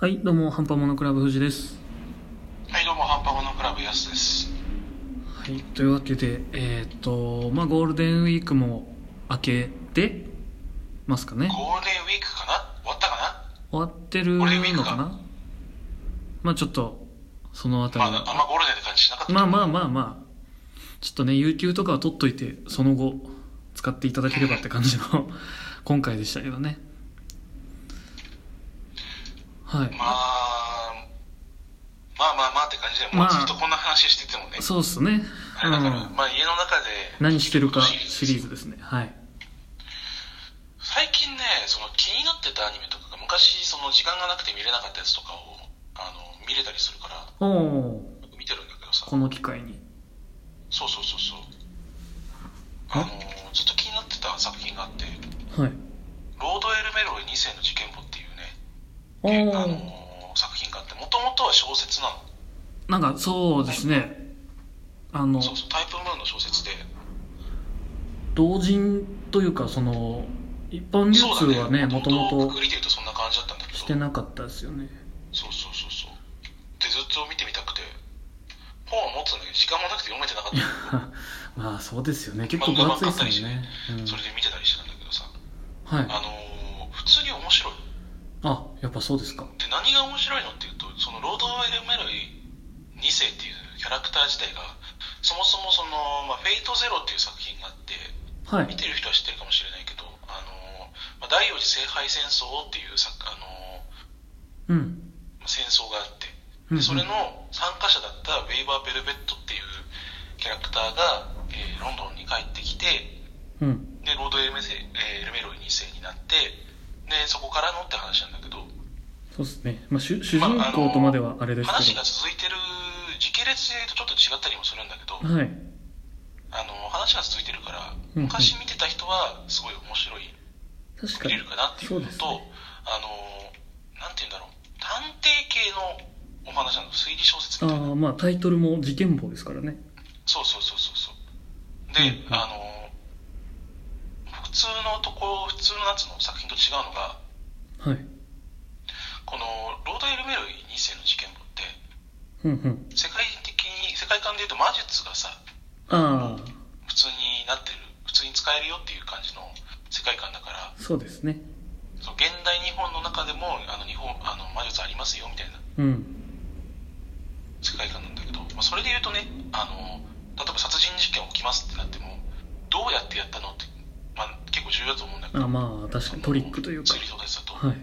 はい、どうも、ハンパモノクラブ藤です。はい、どうも、ハンパモノクラブ、やすです。はい、というわけで、えーっと、まあ、ゴールデンウィークも明けてますかね。ゴールデンウィークかな終わったかな終わってるゴールデンウィーのクかかなまあ、ちょっと、そのあたりまあ、は、あんまゴールデンって感じしなかった。まあまあまあまあ、ちょっとね、有給とかは取っといて、その後、使っていただければって感じ の、今回でしたけどね。はい。まあ、まあまあまあって感じで、もまうあずっとこんな話しててもね。そうっすね。あうれだから、ん。まあ家の中で、何してるかシリーズ。ズですね。はい。最近ね、その気になってたアニメとかが、昔、その時間がなくて見れなかったやつとかを、あの、見れたりするから、おお。よく見てるんだけどさ。この機会にそうそうそうそう。あの、ずっと気になってた作品があって、はいロード・エル・メロイ2世の事件簿っていうね、おであーの作品があってもともとは小説なのなんかそうですねあのそうそうタイプムーンの小説で同人というかその一般流そう通だはねも元と々もとくくりで言うとそんな感じだったんだけどしてなかったですよね そうそうそうそうでずっと見てみたくて本を持ってたんだけど時間もなくて読めてなかったまあそうですよね結構分厚いですもんね、うんそれで見てたりしてたんだけどさはいあのー普通に面白いあやっぱそうですかで何が面白いのっていうとそのロード・エル・メロイ2世っていうキャラクター自体がそもそもその、まあ、フェイト・ゼロっていう作品があっては見いてる人は知ってるかもしれないけど、あのまあ、第四次聖杯戦争っていうさ、あのうんまあ戦争があってうんうんでそれの参加者だったウェイバー・ベルベットっていうキャラクターが、えーロンドンに帰ってきてうんでロードエルメセ、えーエルメロイ2世になってでそこからのって話なんだけどそうですね、まあ、主主人公とまではあれですけ話どが、続いてる時系列で言うとちょっと違ったりもするんだけど、はいあの話が続いてるかうらんうん昔見てた人はすごい面白い確か見にれるかなっていうのと、そうであのなんて言うんだろう探偵系のお話なの推理小説あみたいなあまあタイトルも事件簿ですからねそうそうそうそうそうで、うんうんあの普通のとこ普通のやつの作品と違うのがはいこの「ロード・エル・メロイ2世の事件簿」ってうんうん世界的に世界観で言うと魔術がさああ普通になってる普通に使えるよっていう感じの世界観だからそうですねその現代日本の中でもあの日本あの魔術ありますよみたいなうん世界観なんだけど、まあ、それで言うとねあの例えば殺人事件起きますってなってもどうやってやったのって、まあ、結構重要だと思うんだけどあまあ確かにトリックというか推理小説だと、はい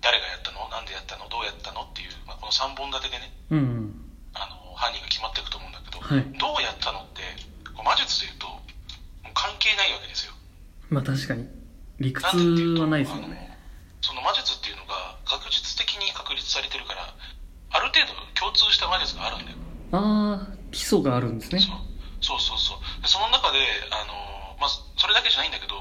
誰がやったのなんでやったのどうやったのっていう、まあ、この3本立てでねうんうんあの犯人が決まっていくと思うんだけど、はいどうやったのってこう魔術で言うともう関係ないわけですよまあ確かに理屈んでっていうはとないですもんねあのその魔術っていうのが確実的に確立されてるからある程度共通した魔術があるんだよああー基礎があるんですねそうそうそうそうでその中で、あのまあ、それだけじゃないんだけど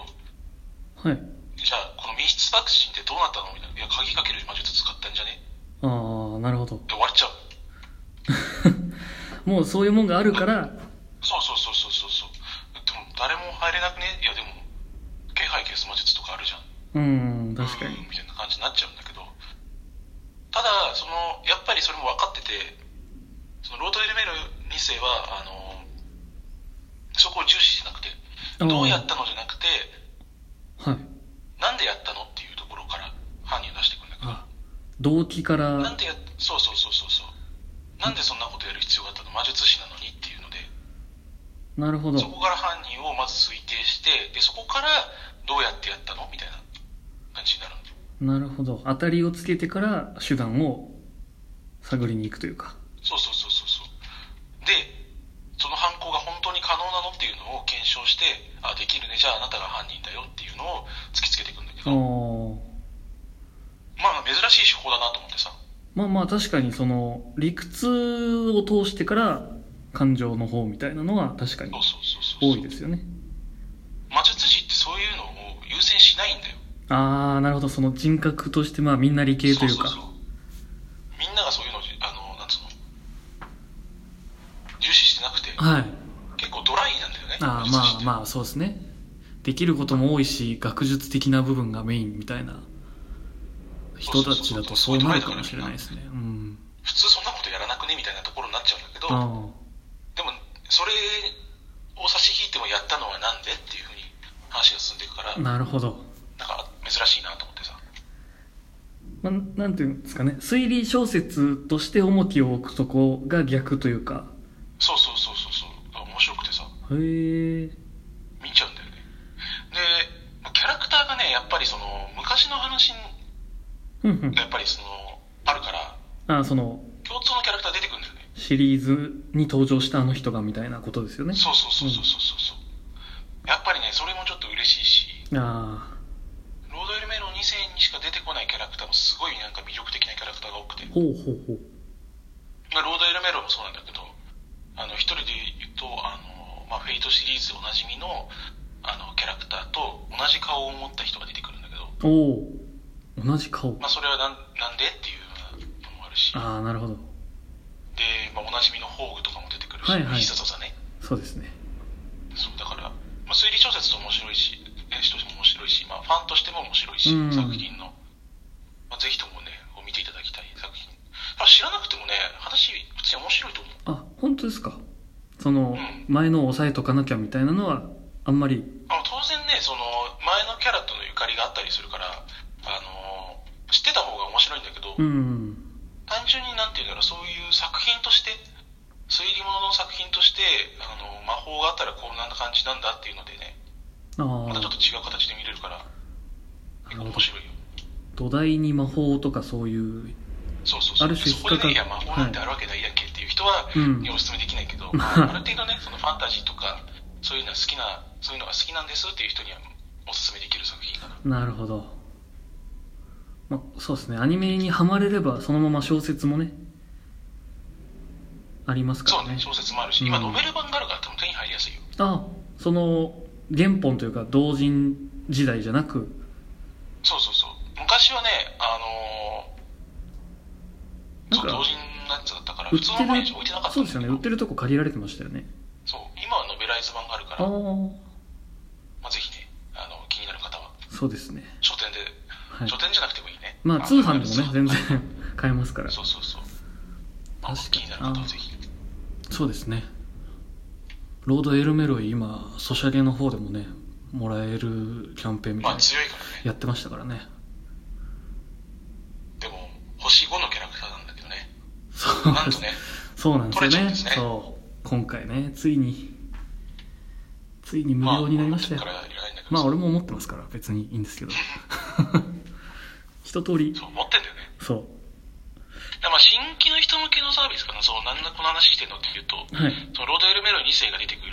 はいじゃあこの密室作戦ってどうなったのみたいないや鍵かける魔術使ったんじゃねああなるほどで終わっちゃうもうそういうもんがあるからそうそうそうそうそうそうでも誰も入れなくねいやでも気配消す魔術とかあるじゃんうん確かうにんみたいな感じになっちゃうんだけどただそのやっぱりそれも分かっててそのロード・エル・メル2世はあのそこを重視しなくてあーどうやったのじゃなくてはいなんでやったのっていうところから犯人を出していくんだけどあ動機かなんらでやそうそうそうそうそうなんでそんなことやる必要があったの魔術師なのにっていうのでなるほどそこから犯人をまず推定してでそこからどうやってやったのみたいな感じにななるのるほど当たりをつけてから手段を探りに行くというかそうそうそうそうそうでその犯行が本当に可能なのっていうのを検証してあできるねじゃああなたが犯人だよっていうのを突きつけていくんだけあどあまあ珍しい手法だなと思ってさまあまあ確かにその理屈を通してから感情の方みたいなのは確かにそうそうそうそう多いですよね魔術師ってそういうのを優先しないんだよああなるほどその人格としてまあみんな理系というかそうそうそうみんながそういうのをじあのなんつうの重視してなくてはい結構ドライなんだよねああまあまあそうですねできることも多いし学術的な部分がメインみたいな人たちだとそうなるかもしれないですねうん普通そんなことやらなくねみたいなところになっちゃうんだけどあでもそれを差し引いてもやったのはなんでっていうふうに話が進んでいくからあなるほどなんか珍しいなと思ってさまあ、なんていうんですかね推理小説として重きを置くとこが逆というかそうそうそうそうそうだから面白くてさへえ見ちゃうんだよねでキャラクターがねやっぱりその昔の話うんうんがやっぱりそのあるからあその共通のキャラクター出てくるんだよねシリーズに登場したあの人がみたいなことですよねそうそうそうそうそうそうそうやっぱりねそれもちょっと嬉しいしあロード・エル・メイの2世にしか出てこないキャラクターもすごいなんか魅力的なキャラクターが多くてあほうほうほうまあ、ロード・エル・メロもそうなんだけど、あの、一人で言うと、あの、まあ、フェイトシリーズでおなじみの、あの、キャラクターと同じ顔を持った人が出てくるんだけど、おお同じ顔まあ、それはなん、なんでっていうのもあるし、ああなるほどで、まあ、おなじみの宝具とかも出てくるし、はいはい必殺技ね。そうですねそう、だから、まあ、推理小説と面白いし、え、人としても面白いし、まあ、ファンとしても面白いし、うん作品の。まあ、ぜひともね、こう見ていただきたい作品。あ知らなくてもね、話、普通に面白いと思あう。本当ですかそのうん前のを押さえとかなきゃみたいなのはあんまりあの当然ねその前のキャラとのゆかりがあったりするからあの知ってた方が面白いんだけど、うん単純になんていうんだろうそういう作品として推理物の作品としてあの魔法があったらこんな感じなんだっていうのでねあまたちょあっと違う形で見れるからな結る構ほ面ど白い土台よに魔法とかそういうそうそうそうある種そこで引ねいっやかかる魔法なんてあるわけないやんけっていう人は、うんにおすすめできない けど、まあまあ、ある程度ねそのファンタジーとかそういうのは好きなそういうのが好きなんですっていう人にはおすすめできる作品かななるほど、まあ、そうですねアニメにはまれればそのまま小説もねありますかそうらねね、小説もあるし、うん今、ノベル版があるから、多分手に入りやすいよ。あその原本というか同人時代じゃなくそうそうそう。昔はね、あのー、なんそう、か同人のやつだったから、売普って通るの本屋じゃ置いてなかったそんうですよね売ってるとこ借りられてましたよねそう、今はノベライズ版があるかあら、あまあ、ぜひね、あの、気になる方は、そうですね書店で、はい書店じゃなくてもいいね。まあ通販でも通ね全然 買えますからそうそうそう。まあ、確か気にになる方はぜひ。そうですねロードエルメロイ今ソシャゲの方でもねもらえるキャンペーンみたいまあ、なの強いからね。やってましたからねでも、星5のキャラクターなんだけどね。そうなんとね、そうなんですよ取れちゃうねんですねそう今回ねついについに無まあ、料になりましたよだからいらないんだけど、まあ俺も思ってますから別にいいんです けど一通りそう、持ってんだよね。そだからまあ新規の人向けのサービスかな、そうなんだこの話してんのっていうと、うはいそのロードエルメロ2世が出てくる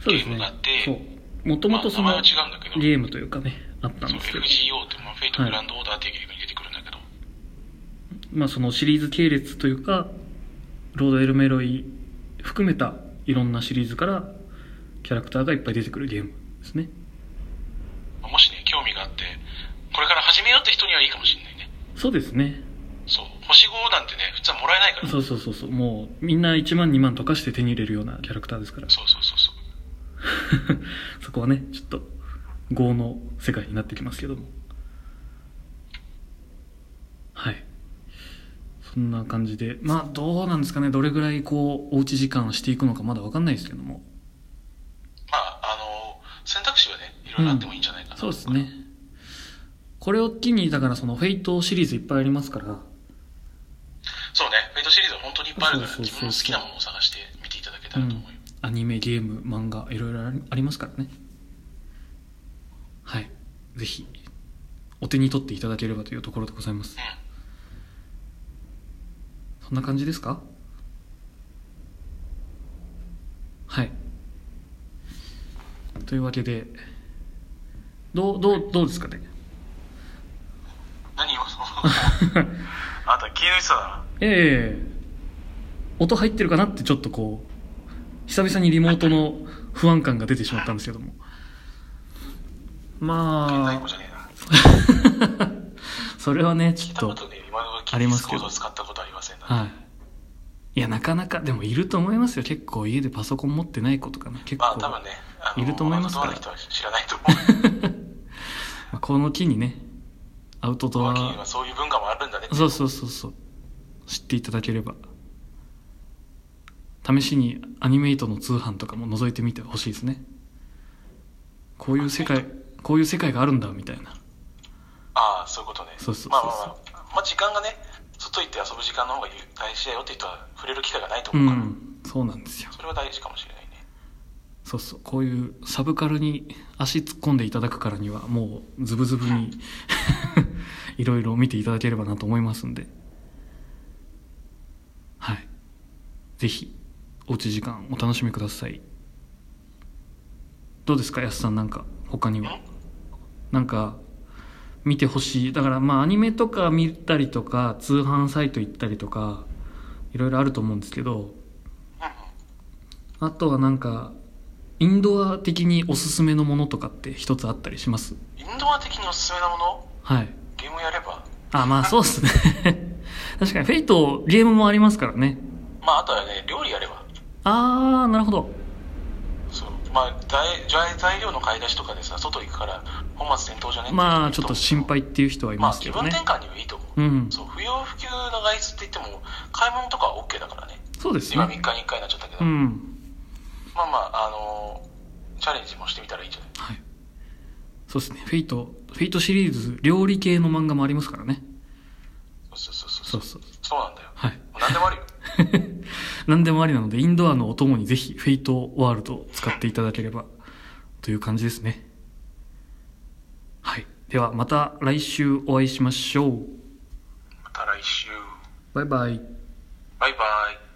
そうでゲすームがあねって、そうもともとそまあ、の名前は違うんだけど、ゲームというかねあったんそでうすけど FGO って、まあ、フェイトグランドオーダーっていうゲームに出てくるんだけど、まあそのシリーズ系列というかロード・エル・メロイ含めたいろんなシリーズからキャラクターがいっぱい出てくるゲームですねまあもしね、興味があって、これから始めようって人にはいいかもしれないね。そうですねそう、星5なんてね、普通はもらえないから。そうそうそうそうもうみんな1万2万とかして手に入れるようなキャラクターですからそうそうそうそう。そこはねちょっと業の世界になってきますけどもはいそんな感じでまあどうなんですかねどれぐらいこうおうち時間をしていくのかまだ分かんないですけどもまあ、あの、選択肢はね、いろいろあってもいいんじゃないかな、そうですねこれを機にだからそのフェイトシリーズいっぱいありますからそうね、フェイトシリーズは本当にいっぱいあるから、そうそう自そうそう分の好きなものを探して見ていただけたらと思うよ。アニメゲーム漫画いろいろありますからねはいぜひお手に取っていただければというところでございますうんそんな感じですかはいというわけでどうどうどうですかね何今その あんた気抜いてたなええ音入ってるかなってちょっとこう久々にリモートの不安感が出てしまったんですけども現代ま語あ じゃねえなそれはねち聞いたょこっととね今のあキりリまスすコけーどドを使ったことありませんなはいいやなかなかでもいると思いますよ結構家でパソコン持ってない子とかね結まあ構、多分ねあのいると思いますからあのドアの人は知らないと思うまあこの機にねアウトド マキはアそういう文化もある んだねそうそうそうそう知っていただければ試しにアニメイトの通販とかも覗いてみてほしいですねこういう世界こういう世界があるんだみたいなああそういうことねそうそうそうそうまあまあまあ、まあ、時間がね外行って遊ぶ時間の方が大事だよって人は触れる機会がないとう思うから、んそうなんですよそれは大事かもしれないねそうそうこういうサブカルに足突っ込んでいただくからにはもうズブズブにいろいろ見ていただければなと思いますんではいぜひおうち時間お楽しみくださいどうですか安さんなんか他にはなんか見てほしいだからまあアニメとか見たりとか通販サイト行ったりとかいろいろあると思うんですけどうんうんあとはなんかインドア的におすすめのものとかって一つあったりしますインドア的におすすめなものはいゲームやればあまあそうっすね 確かにフェイトゲームもありますからねまああとはね料理やればああなるほどそうまあ材材材料の買い出しとかでさ外行くから本末転倒じゃねまあちょっと心配配っていう人はいままあすけ気ど分ね転換にはいいと思うう、んそう不要不急の外出って言っても買い物とかは OK だからねそうです今3日にね1回になっちゃったけど、うんまあまああのーチャレンジもしてみたらいいんじゃなはいいそうですねフェイトフェイトシリーズ料理系の漫画もありますからねそうそうそそううそうそうそうなんだよはいもう何でもあるよ 何でもありなのでインドアのお供にぜひフェイトワールドを使っていただければという感じですねはいではまた来週お会いしましょうまた来週バイバイバイバイ